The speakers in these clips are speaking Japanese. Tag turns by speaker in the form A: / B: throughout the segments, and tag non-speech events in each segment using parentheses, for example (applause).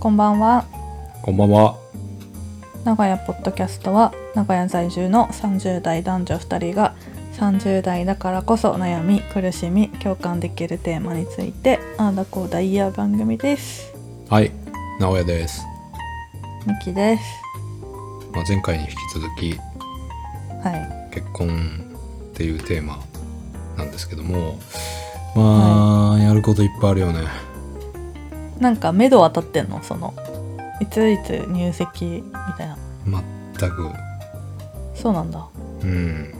A: こんばんは
B: こんばんは。
A: 名古屋ポッドキャストは名古屋在住の30代男女2人が30代だからこそ悩み苦しみ共感できるテーマについてあーだこうだ言い合う番組です
B: はい、直哉です。
A: ミキです
B: まあ、前回に引き続き
A: はい
B: 結婚っていうテーマなんですけども、まあ、やることいっぱいあるよね。
A: なんか目処は立ってんのそのいついつ入籍みたいな
B: 全く。
A: そうなんだ
B: うん。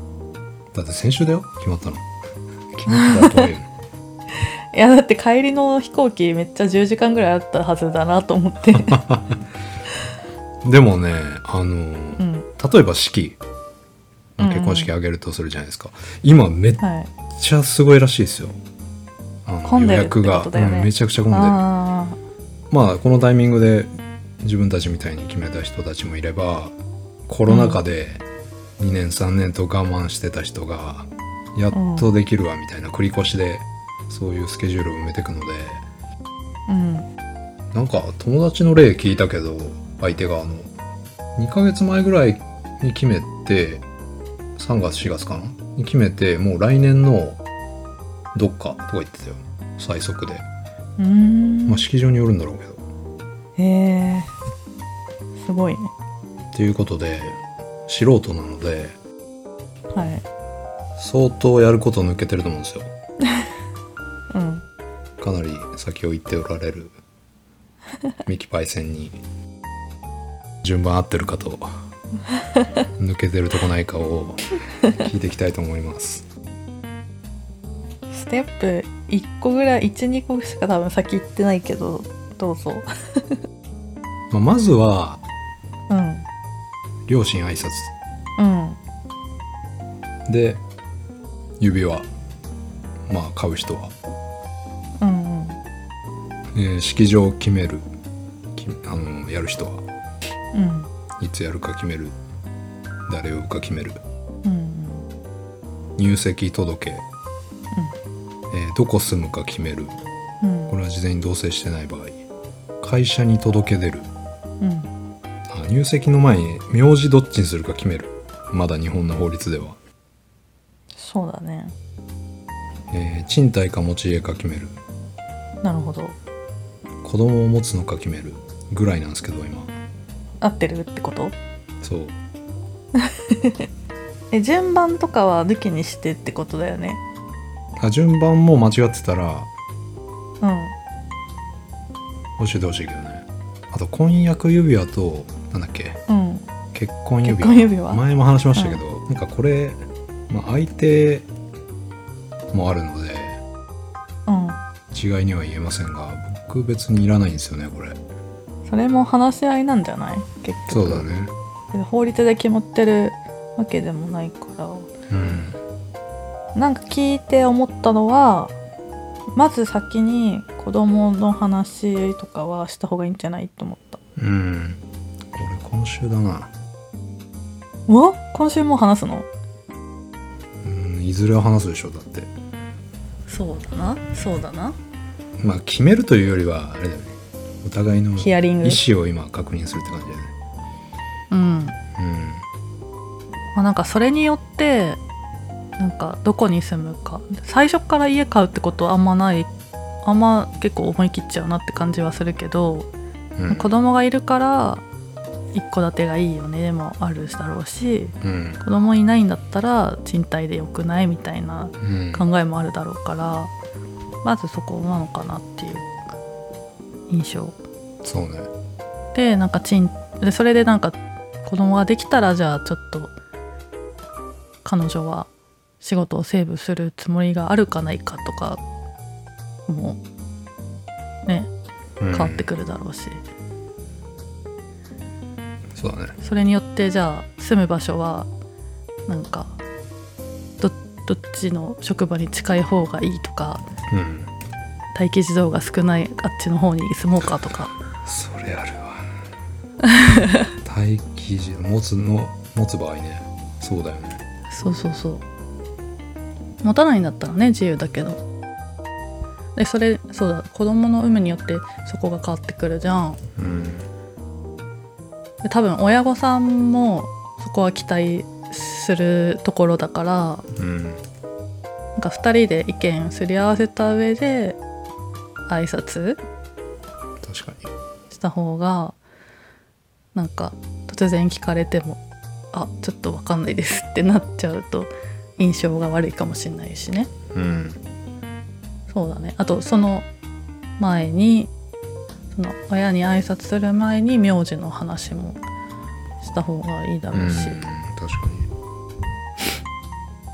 B: だって先週だよ、決まったの。決まったとはいえね
A: (laughs) いやだって帰りの飛行機めっちゃ10時間ぐらいあったはずだなと思って
B: (laughs) でもね、あの、
A: うん
B: 例えば式、ま
A: うん
B: あ
A: うん
B: 結婚式あげるとするじゃないですか。今めっ
A: はい
B: ちゃすごいらしいですよ。あの
A: 混んでる
B: 予約
A: っ
B: が、
A: てことだよね
B: うんめちゃくちゃ混んでる。
A: あ
B: まあこのタイミングで自分たちみたいに決めた人たちもいればコロナ禍で2年3年と我慢してた人がやっとできるわみたいな繰り越しでそういうスケジュールを埋めていくので
A: ーうん
B: なんか友達の例聞いたけど相手があの2ヶ月前ぐらいに決めて3月4月かなに決めてもう来年のどっかとか言ってたよ最速で
A: うーん
B: まあ式場によるんだろうけど
A: へえすごいね
B: ということで素人なので
A: はい
B: 相当やること抜けてると思うんですよ
A: うん
B: かなり先を行っておられるミキパイセンに順番合ってるかと抜けてるとこないかを聞いていきたいと思います
A: ステップ1個ぐらい12個しか多分先行ってないけどどうぞ
B: まあまずは
A: うん
B: 両親挨拶
A: うん
B: で指輪まあ買う人は、
A: うんうん
B: えー式場を決めるきあのやる人は
A: うん
B: いつやるか決める誰を呼ぶか決める
A: うん
B: 入籍届、えーどこ住むか決める
A: うん
B: これは事前に同棲してない場合会社に届け出る
A: うん
B: あ入籍の前に名字どっちにするか決めるまだ日本の法律では、
A: そうだね
B: えー賃貸か持ち家か決める
A: なるほど
B: 子供を持つのか決めるぐらいなんですけど今
A: 合ってるってこと
B: そう
A: え順番とかは抜きにしてってことだよね
B: あ順番も間違ってたら
A: うん
B: 教えてほしいけどねあと婚約指輪となんだっけ
A: うん
B: 結婚指
A: 結
B: 輪
A: 婚指輪
B: 前も話しましたけど、なんかこれ、まあ、相手もあるので
A: うん
B: 一概には言えませんが僕別にいらないんですよねこれ
A: それも話し合いなんじゃない結局
B: そうだね
A: 法律で決まってるわけでもないから
B: うん
A: なんか聞いて思ったのはまず先に子供の話とかはした方がいいんじゃないと思った
B: うんこれ今週だな
A: うわ今週もう話すの
B: うんいずれは話すでしょだって
A: そうだなそうだな
B: まあ決めるというよりはあれだよねお互いの
A: ヒ
B: 意
A: アリング
B: 思を今確認するって感じだよね
A: うん
B: うん
A: まあ、なんかそれによってなんかどこに住むか最初から家買うってことはあんまないあんま結構思い切っちゃうなって感じはするけど、
B: うん
A: 子供がいるから一戸建てがいいよねもあるだろうし
B: うん
A: 子供いないんだったら賃貸でよくないみたいな
B: うん
A: 考えもあるだろうからまずそこなのかなっていう印象
B: そうね
A: でなんか賃でそれでなんか子供ができたらじゃあちょっと彼女は仕事をセーブするつもりがあるかないかとかもね
B: 変
A: 変わってくるだろうし、
B: そうだね
A: それによってじゃあ住む場所はなんかどどっちの職場に近い方がいいとか
B: うん
A: 待機児童が少ないあっちの方に住もうかとか
B: それあるわ待機児童持つの持つ場合ねそうだよね
A: そうそうそう持たないんだったらね自由だけどでそれそうだ子供の有無によってそこが変わってくるじゃん
B: うん
A: で多分親御さんもそこは期待するところだから
B: うん
A: なんか2人で意見すり合わせた上で挨拶
B: 確か
A: した方がなんか突然聞かれても「あちょっと分かんないです」ってなっちゃうと印象が悪いかもしれないしね
B: にうん
A: そうだねあとその前にその親に挨拶する前に名字の話もした方がいいだ
B: う
A: ろ
B: ん
A: うし、
B: 確かに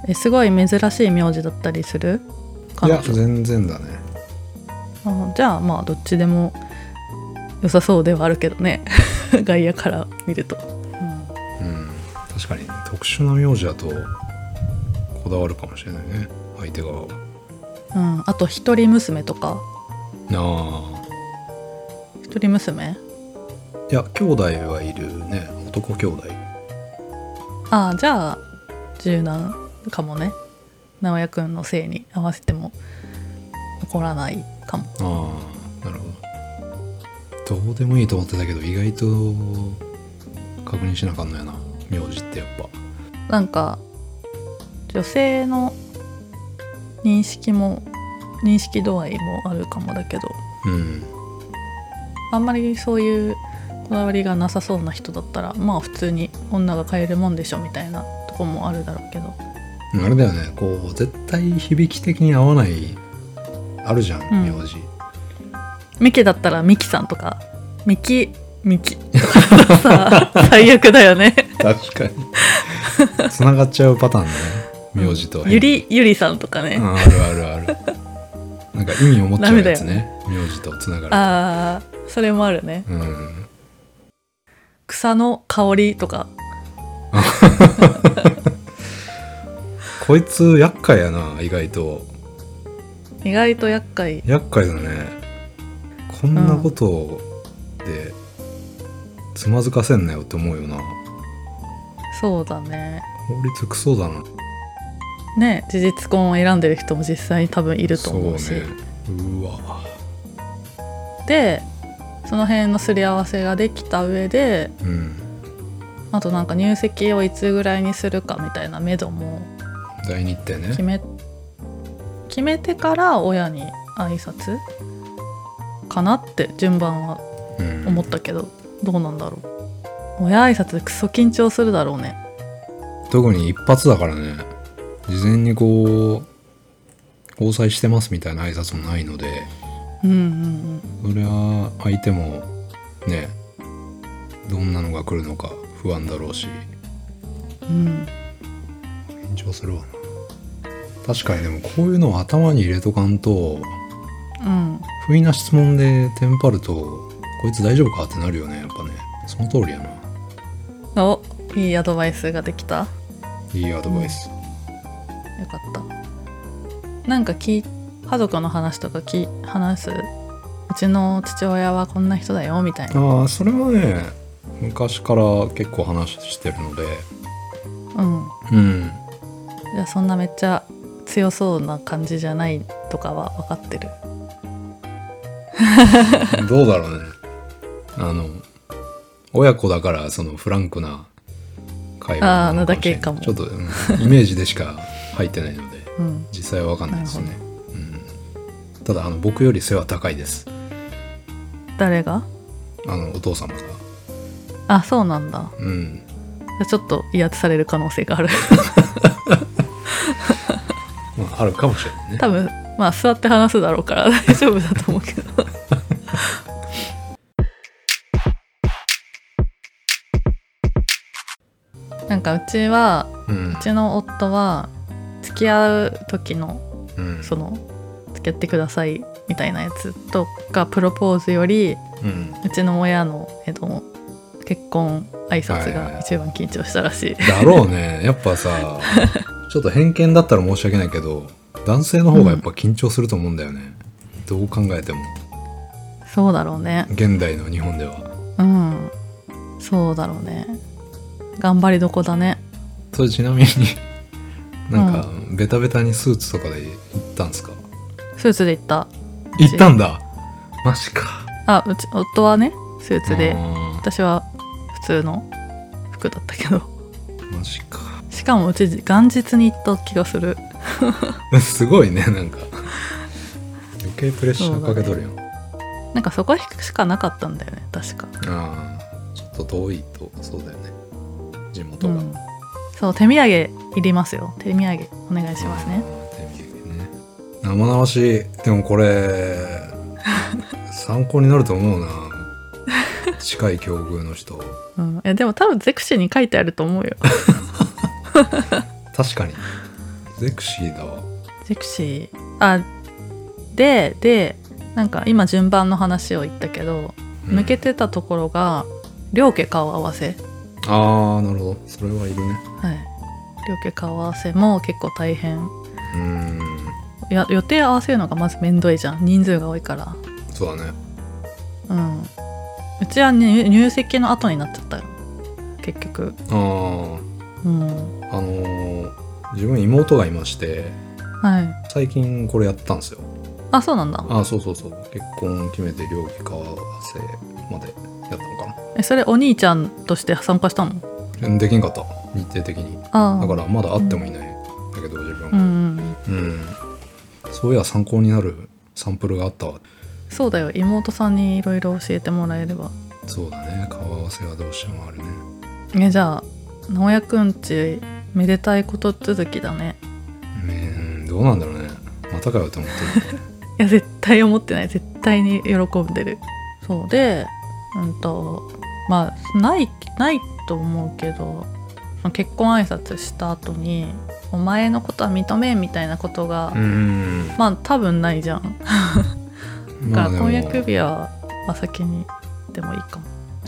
A: えすごい珍しい名字だったりする
B: い
A: 彼
B: や
A: 女
B: 全然だね
A: あじゃあまあどっちでも良さそうではあるけどね (laughs) 外野から見ると、うん
B: うん確かに特殊な名字だとこだわるかもしれないね相手側は
A: うん、あと一人娘とか
B: なあ
A: 一人娘
B: いや兄弟はいるね男兄弟
A: ああじゃあ柔軟かもね直哉くんのせいに合わせても怒らないかも
B: ああなるほどどうでもいいと思ってたけど意外と確認しなあかんのやな名字ってやっぱ
A: なんか女性の認識も認識度合いもあるかもだけど
B: うん
A: あんまりそういうこだわりがなさそうな人だったらまあ普通に女が買えるもんでしょみたいなとこもあるだろうけど
B: あれだよねこう絶対響き的に合わないあるじゃん、
A: うん
B: 名字
A: ミキだったらミキさんとかミキミキとかさ最悪だよね
B: 確かにつながっちゃうパターンだね名字と
A: ゆりゆりさんとかね、
B: うんあるあるあるなんか意味を持っちゃうやつね名字とつながる
A: あーそれもあるね
B: とうん
A: 草の香りとか
B: こいつ厄介やな意外と
A: 意外と厄介
B: 厄介だねこんなことでつまずかせんなよって思うよな
A: そうだね
B: 法律クソだな
A: ね事実婚を選んでる人も実際に多分いると思うし
B: そうねうわ
A: でその辺のすり合わせができた上で
B: うん
A: あとなんか入籍をいつぐらいにするかみたいな目処も
B: 大日程
A: 決
B: ね
A: め決めてから親に挨拶かなって順番は
B: うん
A: 思ったけど、どうなんだろう親挨拶クソ緊張するだろうね
B: 特に一発だからね事前にこう交際してますみたいな挨拶もないので
A: うんうん
B: そりゃ相手もねどんなのが来るのか不安だろうし
A: うんうん
B: 緊張するわな確かにでもこういうのを頭に入れとかんと
A: うん
B: 不意な質問でテンパるとこいつ大丈夫かってなるよねやっぱねその通りやな
A: おいいアドバイスができたよ
B: いいアドバイス
A: かったなんか聞い家族の話とか聞い話すうちの父親はこんな人だよみたいな
B: ああそれはね昔から結構話してるので
A: うん
B: うん
A: じゃあそんなめっちゃ強そうな感じじゃないとかは分かってる
B: どうだろうね。あの、親子だから、そのフランクな会話なのしれない
A: あーなだけかも
B: ちょっと、うんイメージでしか入ってないので、
A: うん
B: 実際はわかんないですね。うん、ただ、あの、僕より背は高いです。
A: 誰が
B: あの、お父様が。
A: あそうなんだ
B: うん。
A: じゃあちょっと威圧される可能性がある
B: まあ、あるかもしれないね。
A: 多分まあ座って話すだろうから (laughs) 大丈夫だと思うけど (laughs) なんかうちは
B: うん
A: う。ちの夫は付き合う時の
B: うん。
A: その付き合ってくださいみたいなやつとかプロポーズより
B: うん。
A: うちの親の、えっと、結婚挨拶
B: はいはいは
A: が
B: い
A: 一番緊張したらしい。
B: だろうね。やっぱさ、 (laughs) ちょっと偏見だったら申し訳ないけど、男性の方がやっぱ緊張すると思うんだよね。どう考えても。
A: そうだろうね。
B: 現代の日本では。
A: うん。そうだろうね。頑張りどこだね。
B: それちなみになんか、ベタベタにスーツとかで行ったんすか
A: スーツで行った。ち
B: 行ったんだマジか
A: あうち夫はねスーツで
B: あ
A: 私は普通の服だったけど (laughs)
B: ーマジか (laughs)
A: しかもうち元日に行った気がする
B: すごいねなんか余計プレッシャーかけとるやん、
A: なんかそこしかなかったんだよね確か、
B: ああちょっと遠いとそうだよね地
A: う
B: 元が、
A: ん、そう手土産いりますよ手土産お願いしますね
B: 手土産ね生々しいでもこれ参考になると思
A: (laughs)
B: うな近い境遇の人
A: うん、いやでも多分ゼクシーに書いてあると思うよ
B: 確かにゼクシーだわ
A: ゼクシーあででなんか今順番の話を言ったけど、
B: うん
A: 抜けてたところが両家顔合わせ
B: ああなるほどそれはいるね
A: はい両家顔合わせも結構大変
B: うーん
A: いや予定合わせるのがまずめんどいじゃん人数が多いから
B: そうだね
A: うんうちは、ね、入入籍の後になっちゃったよ結局
B: あー
A: うん
B: あのー自分妹がいまして
A: はい
B: 最近これやったんですよ
A: あそうなんだ
B: ああそうそうそう結婚決めて料理顔合わせまでやったのか
A: えそれお兄ちゃんとして参加したの
B: なできんかった日程的に
A: ああ
B: だからまだ会ってもいない、だけど自
A: うんう
B: 分
A: ん
B: うん、そういや参考になるサンプルがあったわ
A: そうだよ妹さんにいろいろ教えてもらえれば
B: そうだね顔合わせはどうしてもあるね
A: えじゃあ直哉くんちめでたいこと続きだね
B: うんどうなんだろうねまたかよと思ってる
A: いや絶対思ってない絶対に喜んでるそうでうんとまあないないと思うけどその結婚挨拶した後に「お前のことは認めん」みたいなことが、
B: うん
A: まあ多分ないじゃんだか
B: まあ
A: ら
B: で
A: 婚
B: も
A: 約指輪はまあ先にでもいいかも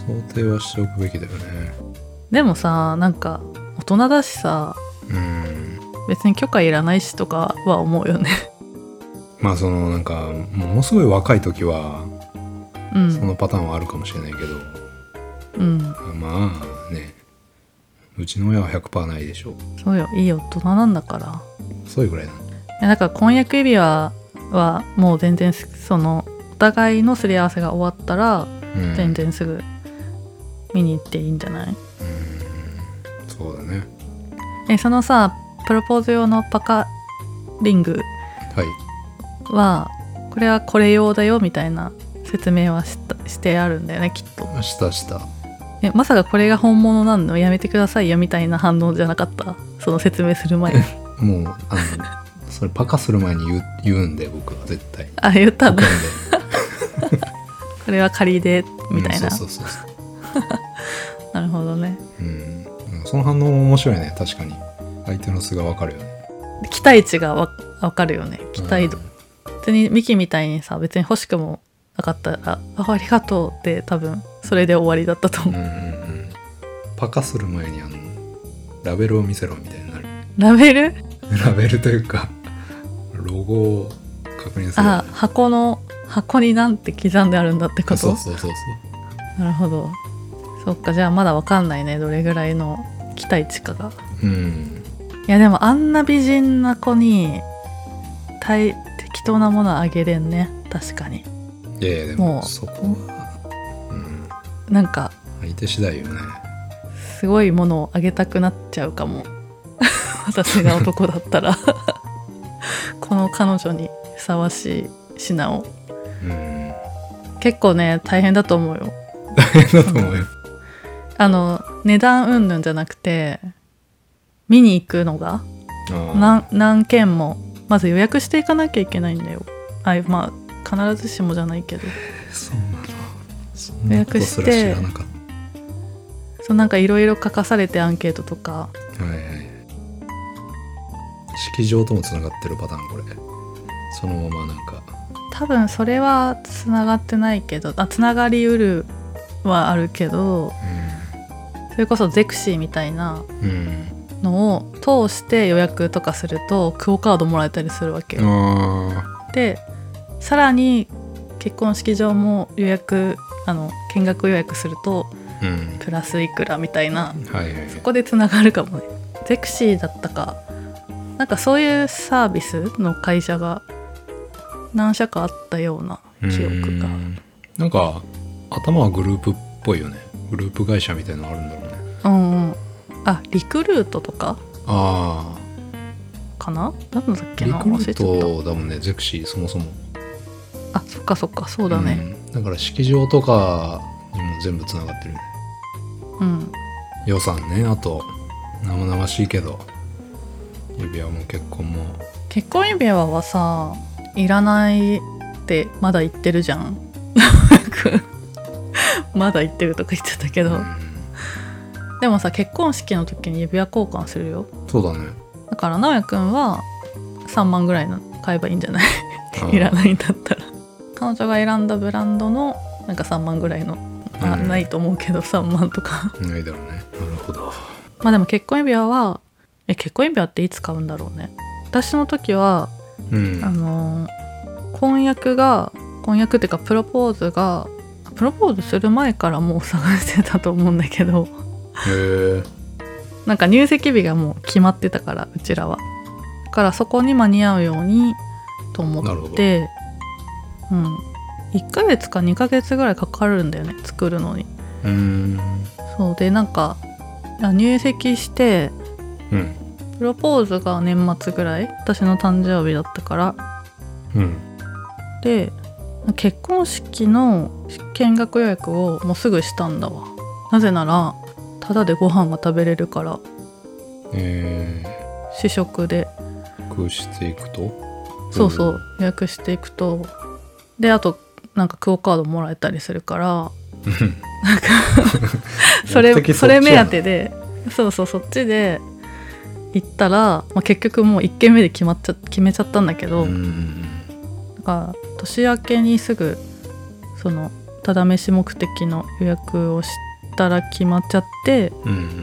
B: 想定はしておくべきだよね
A: でもさなんか大人だしさ
B: うん
A: 別に許可いらないしとかは思うよね
B: まあそのなんかものすごい若い時は
A: う
B: (laughs) そ
A: ん
B: のパターンはあるかもしれないけど、
A: うん
B: まあねうちの親は100%ないでしょう
A: そうよいい大人なんだから
B: そういうぐらいなの
A: いやだから婚約指輪はもう全然すそのお互いのすり合わせが終わったら
B: うん
A: 全然すぐ見に行っていいんじゃない、
B: うんそうだね
A: えそのさプロポーズ用のパカリング
B: はい
A: はこれはこれ用だよみたいな説明はしたしてあるんだよねきっと
B: 明日明日
A: えまさかこれが本物なのやめてくださいよみたいな反応じゃなかったその説明する
B: (laughs)
A: 前に
B: もうあの (laughs) それパカする前に言う言うんで僕は絶対
A: あ言ったんだ
B: 言うんで
A: これは仮で (laughs) みたいな、
B: うんそうそうそうそ
A: なるほどね
B: う、うん、その反応も面白いね確かに相手の素がわかるよね
A: 期待値がわわかるよね期待度、
B: うん
A: 別にミキみたいにさ別に欲しくもなかったら「あありがとう」って多分それで終わりだったと
B: う
A: 思
B: ん
A: う、
B: うんうんパカする前にあのラベルを見せろみたいになる (laughs)
A: ラベル
B: ラベルというかロゴを確認するよ
A: あ
B: ね
A: 箱の箱になんて刻んであるんだってこと
B: そうそうそうそう
A: なるほどそっかじゃあまだわかんないねどれぐらいの期待値かが
B: うん
A: いやでもあんな美人な子に大適当なものはあげれんね確かに
B: いやいやで
A: も
B: も
A: う
B: そこは、うん、
A: なんか
B: 相手次第よね
A: すごいものをあげたくなっちゃうかも (laughs) 私が男だったら (laughs) この彼女にふさわしい品を
B: うん
A: 結構ね大変だと思うよ
B: 大変だと (laughs) 思うよ
A: あの値段云々じゃなくて見に行くのが
B: あー
A: 何何件もまず予約していかなきゃいけないんだよあまあ必ずしもじゃないけど
B: そうなのそんなことすら知らなかっ
A: そうなんかいろいろ書かされてアンケートとか
B: たはいはい式場ともつながってるパターンこれそのままなんか
A: 多分それはつながってないけどあつながりうるはあるけどそれこそゼクシーみたいな
B: うん、
A: のを通して予約とかするとクオ・カードもらえたりするわけ
B: うん、
A: よ。
B: あ
A: でさらに結婚式場も予約あの見学予約すると
B: あうん
A: プラスいくらみたいな
B: はいはいはい
A: ここでつながるかもね。ゼクシーだったかなんかそういうサービスの会社が何社かあったような記憶が
B: うんなんか頭はグループっぽいよねグループ会社みたいなのあるんだろうね
A: うんうんあリクルートとか
B: あ
A: かな何だっ
B: あ
A: け
B: リ
A: な
B: クル
A: 忘れ
B: ー
A: ちゃっ
B: トだもんねゼクシーそもそも
A: たあそっかそっかそうだね
B: うんだから式場とかにも全部つながってるね
A: うん、
B: 予算ねあと生々しいけど指輪も結婚も
A: 結婚指輪はさいらないってまだ言ってるじゃん (laughs) まだ言ってるとか言ってたけど、
B: うん
A: でもさ結婚式の時に指輪交換するよ
B: そうだね
A: だから直哉くんは3万ぐらいの買えばいいんじゃない (laughs) いらないんだったら彼女が選んだブランドのなんか3万ぐらいの、あ
B: うん
A: ないと思うけど3万とか
B: うんないだろうねなるほど
A: まあでも結婚指輪はえ結婚指輪っていつ買うんだろうね私の時は
B: うん
A: あのー婚約が婚約っていうかプロポーズがプロポーズする前からもう探してたと思うんだけど (laughs)
B: へえ
A: なんか入籍日がもう決まってたからうちらはだからそこに間に合うようにと思
B: なるほ
A: ってうん1ヶ月か2ヶ月ぐらいかかるんだよね作るのに
B: うん
A: そうでなんかあ入籍して
B: うん
A: プロポーズが年末ぐらい私の誕生日だったから
B: うん
A: で結婚式の見学予約をもうすぐしたんだわなぜならタダでご飯が食べれるから
B: え
A: 試食で
B: ー、工夫していくと
A: そうそう予約していくとであとなんかクオ・カードもらえたりするから
B: うん (laughs)
A: それ
B: 目的
A: そ
B: そっち
A: れ
B: やな
A: 目当てでそうそうそっちで行ったら、まあ、結局もう1軒目で決まっちゃ決めちゃったんだけど、
B: うん
A: だから年明けにすぐそのただ飯目的の予約をしたら決まっちゃって
B: うんうん
A: うん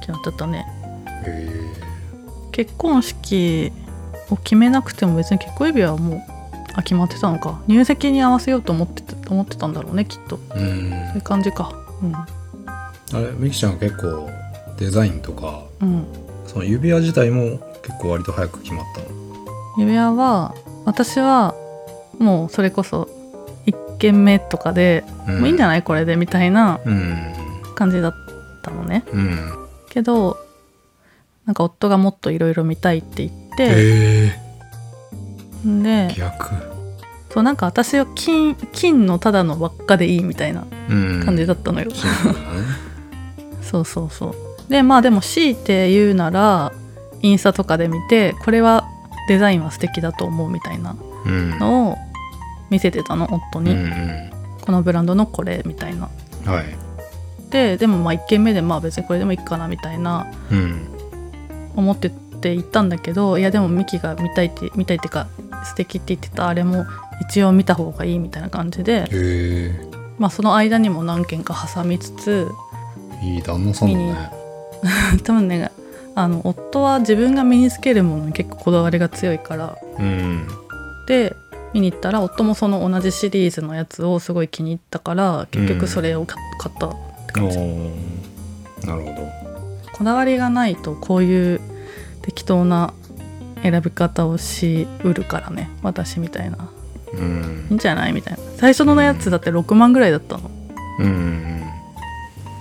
A: 決まっちゃったね
B: へえ
A: 結婚式を決めなくても別に結婚指輪はもうあ決まってたのか入籍に合わせようと思ってた思ってたんだろうねきっと
B: うん
A: そういう感じか
B: あれみきちゃんは結構デザインとか
A: うんうん
B: その指輪自体も結構割と早く決まったの
A: 指輪は私はもうそれこそ1軒目とかで、
B: うん
A: もういいんじゃ
B: な
A: な
B: い
A: いこれでみたいな
B: うん
A: 感じだったのね
B: うん
A: けどなんか夫がもっといろいろ見たいって言って、
B: へえ
A: で
B: 逆
A: そうなんか私は金金のただの輪っかでいいみたいな
B: うん
A: 感じだったのよ、
B: シンプルだね
A: そうそうそうでまあでも強いて言うならインスタとかで見てこれはデザインは素敵だと思うみたいな
B: うん
A: のを見せてたの夫
B: うん
A: に、
B: うん
A: このブランドのこれみたいな
B: はい
A: ででもまあ1軒目でまあ別にこれでもいいかなみたいな
B: うん
A: 思ってって行ったんだけどいやでもミキが見たいって見たいってか素敵って言ってたあれも一応見た方がいいみたいな感じで、
B: へえ
A: まあ、その間にも何軒か挟みつつ (laughs)
B: いい旦那さんだね
A: 多分ねあの夫は自分が身につけるものに結構こだわりが強いから
B: うん
A: で見に行ったら夫もその同じシリーズのやつをすごい気に入ったから結局それを買買ったって
B: お
A: 感じ、
B: ーなるほど
A: こだわりがないとこういう適当な選び方をしうるからね私みたいな
B: う
A: いい
B: ん
A: んじゃないみたいな最初のやつだって6万ぐらいだったの
B: うん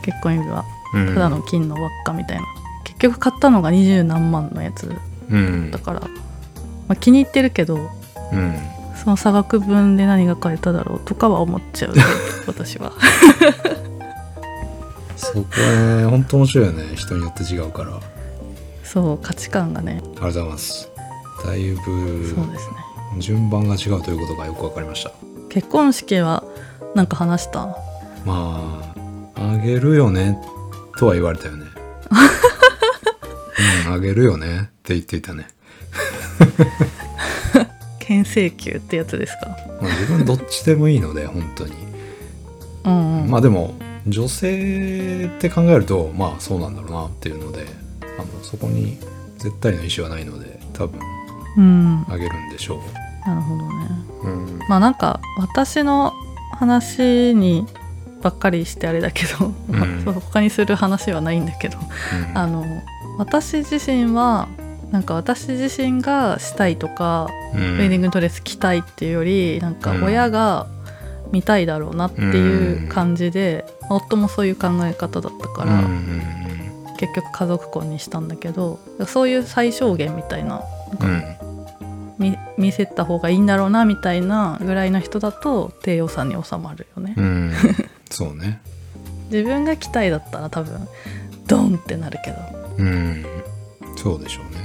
A: 結婚指輪
B: うん
A: ただの金の輪っかみたいな結局買ったのが二十何万のやつ
B: うん
A: だから、まあ、気に入ってるけど
B: うん
A: その差額分で何が買えただろうとかは思っちゃ
B: (laughs)
A: うね私は
B: そこね本当面白いよね人によって違うからあ
A: そう価値観がね
B: りがとうございますだいぶ
A: そうですね
B: 順番が違うということがよくわかりました
A: 結婚式はなんか話した
B: まああげるよねとは言われた
A: (laughs)
B: よねうんあげるよねって言っていたね、
A: 権請求ってやつですか
B: まあ、自分どっちでもいいので本当に
A: うんうん、
B: まあでも女性って考えるとまあそうなんだろうなっていうのであのそこに絶対の意思はないので多分
A: うん
B: あげるんでしょ
A: なるほどね
B: う、うん、
A: まあなんか私の話にばっかりしてあれだけど、 (laughs) まあそう他にする話はないんだけどあの私自身はなんか私自身がしたいとか、
B: うん
A: ウェディングドレス着たいっていうよりなんか
B: うん
A: 親が見たいだろうなっていう感じで、まあ夫もそういう考え方だったから、
B: うんうん
A: 結局家族婚にしたんだけどそういう最小限みたいな
B: うん
A: 見見せた方がいいんだろうなみたいなぐらいの人だと低予算に収まるよね、
B: うんうんそうね
A: 自分が着たいだったら多分ドンってなるけど
B: うんそうでしょうね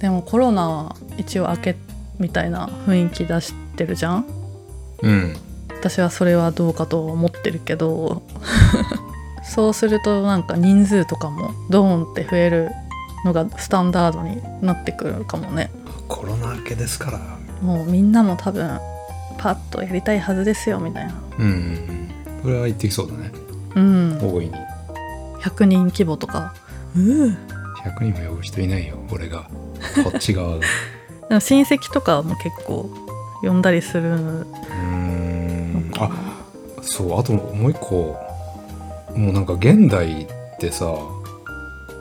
A: でもコロナは一応明けみたいな雰囲気出してるじゃん
B: うん
A: 私はそれはどうかと思ってるけど (laughs) そうするとなんか人数とかもドーンって増えるのがスタンダードになってくるかもね
B: コロナ明けですから
A: もうみんなも多分パッとやりたいはずですよみたいな
B: うんうんうんこれは言ってきそうだね
A: うん
B: 大いに
A: 100人規模とかうん
B: 100人も呼ぶ人いないよ俺がこっち側
A: (laughs)
B: が
A: でも親戚とかも結構呼んだりするの
B: うーん
A: かな
B: あそうあともう一個もうなんか現代ってさ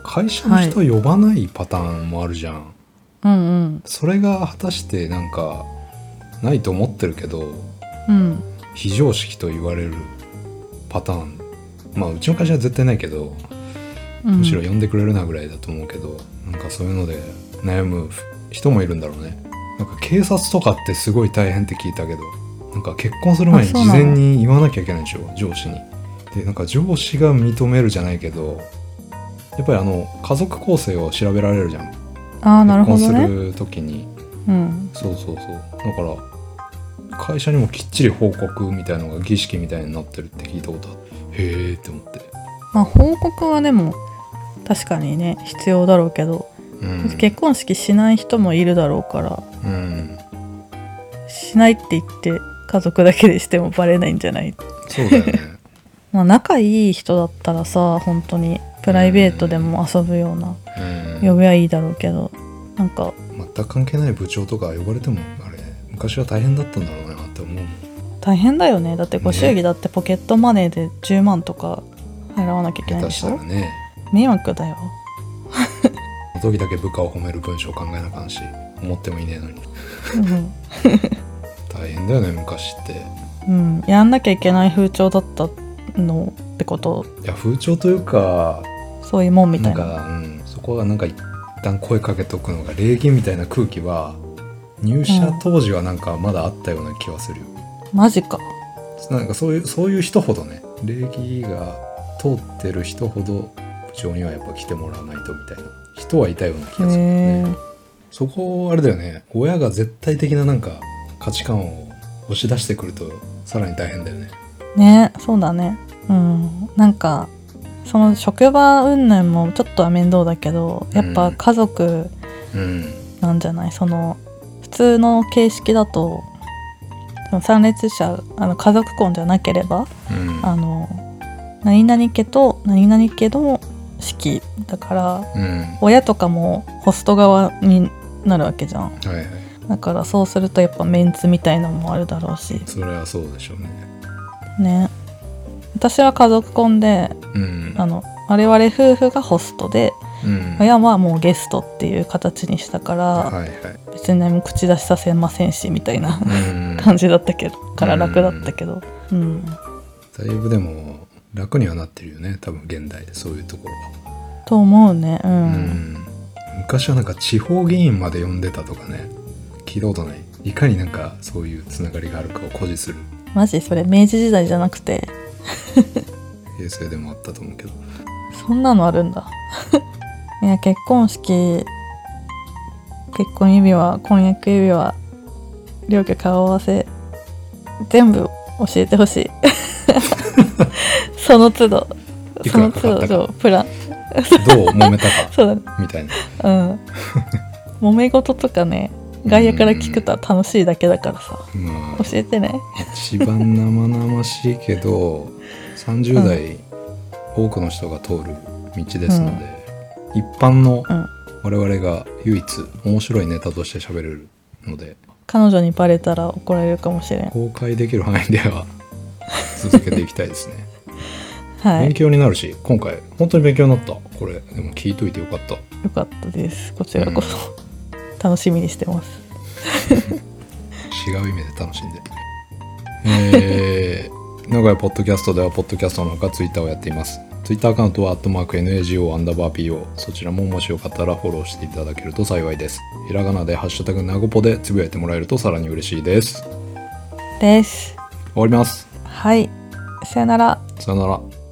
B: 会社の人呼ばないパターンもあるじゃん、
A: うんうん
B: それが果たしてなんかないと思ってるけど
A: うん
B: 非常識と言われるパターンまあうちの会社は絶対ないけど
A: うん
B: むしろ呼んでくれるなぐらいだと思うけど、なんかそういうので悩む人もいるんだろうねなんか警察とかってすごい大変って聞いたけどなんか結婚する前に
A: あそう
B: 事
A: なの
B: 前に言わなきゃいけないでしょ上司にでなんか上司が認めるじゃないけどやっぱりあの家族構成を調べられるじゃん
A: ああなるほど
B: 結婚す
A: ね
B: る時に
A: うん
B: そうそうそうだから会社にもきっちり報告みたいのが儀式みたいになってるって聞いたことあってへえって思って、
A: まあ報告はでも確かにね必要だろうけど、
B: うん、
A: 結婚式しない人もいるだろうから
B: うん
A: しないって言って家族だけでしてもバレないんじゃない、
B: そうだよね
A: まあ、仲いい人だったらさ本当にプライベートでも遊ぶような
B: うん
A: 呼びはいいだろうけどなんか
B: 全く関係ない部長とか呼ばれてもあれ昔は大変だったんだろうなって思うもん
A: 大変だよねだってご祝儀だってポケットマネーで10万とか払わなきゃいけないんで
B: 下手
A: し
B: した
A: ょ
B: らね
A: 迷惑だ
B: (laughs)
A: よ
B: その時だけ部下を褒める文章を考えなあかんし思ってもいねえのに大変だよね昔って
A: うん、やんなきゃいけない風潮だったのってこと
B: いや風潮というか
A: そういうもんみた
B: なん
A: いな
B: か、うん、そこはなんか一旦声かけとくのが礼儀みたいな空気は入社当時はなんかまだあったような気はするよ、
A: マジか
B: なんかそういうそういう人ほどね礼儀が通ってる人ほど部長にはやっぱ来てもらわないとみたいな人はいたような気
A: へ
B: がするね
A: え
B: そこあれだよね親が絶対的ななんか価値観を押し出してくるとさらに大変だよね
A: ねそうだねうんなんかその職場云々もちょっとは面倒だけどやっぱ家族
B: うん
A: なんじゃない、その普通の形式だとその参列者あの家族婚じゃなければ
B: うん
A: あの何々家と何々家の式だから
B: うんは
A: 親とかもホスト側になるわけじゃん
B: いはい
A: だからそうするとやっぱメンツみたいのもあるだろうし
B: それはそうでしょうね
A: ね私は家族婚で
B: うん
A: あの我々夫婦がホストで
B: うん
A: 親はもうゲストっていう形にしたから、
B: はいはい
A: 別に何も口出しさせませんしみたいな
B: うん
A: 感じだったけどから楽だったけどうん
B: だいぶでも楽にはなってるよね多分現代でそういうところは
A: と思うねう、
B: うん昔はなんか地方議員まで呼んでたとかね聞いたことないいかになんかそういうつながりがあるかを誇示する
A: マジそれ明治時代じゃなくて
B: 平成でもあったと思うけど
A: そんなのあるんだ (laughs) いや結婚式結婚指輪婚約指輪両家顔合わせ全部教えてほ
B: (laughs)
A: しいその都度
B: い
A: そ
B: く
A: の
B: らかか
A: 都度
B: った
A: そう
B: か
A: プラン
B: どう揉めたか
A: そうだね
B: みたいな
A: うん揉め事とかね外野から聞くとは楽しいだけだからさ
B: まあ
A: 教えてね
B: 一番生々しいけど30代、多くの人が通る道ですので、一般の
A: うん
B: 我々が唯一面白いネタとして喋れるので
A: 彼女にバレたら怒られるかもしれん
B: 公開できる範囲では (laughs) 続けていきたいですね、
A: は
B: 勉
A: い
B: 強になるし今回本当に勉強になったこれでも聞いといてよかった
A: よかったですこちらこそ、楽しみにしてます
B: 違う意味で楽しんで。えー、名古屋ポッドキャストでは、ポッドキャストのほかツイッターをやっています。ツイッターアカウントは、アットマーク NAGO アンダーバー PO。そちらももしよかったらフォローしていただけると幸いです。ひらがなで、ハッシュタグなごぽでつぶやいてもらえるとさらに嬉しいです。終
A: です
B: わります。
A: はいさよなら
B: さよなら。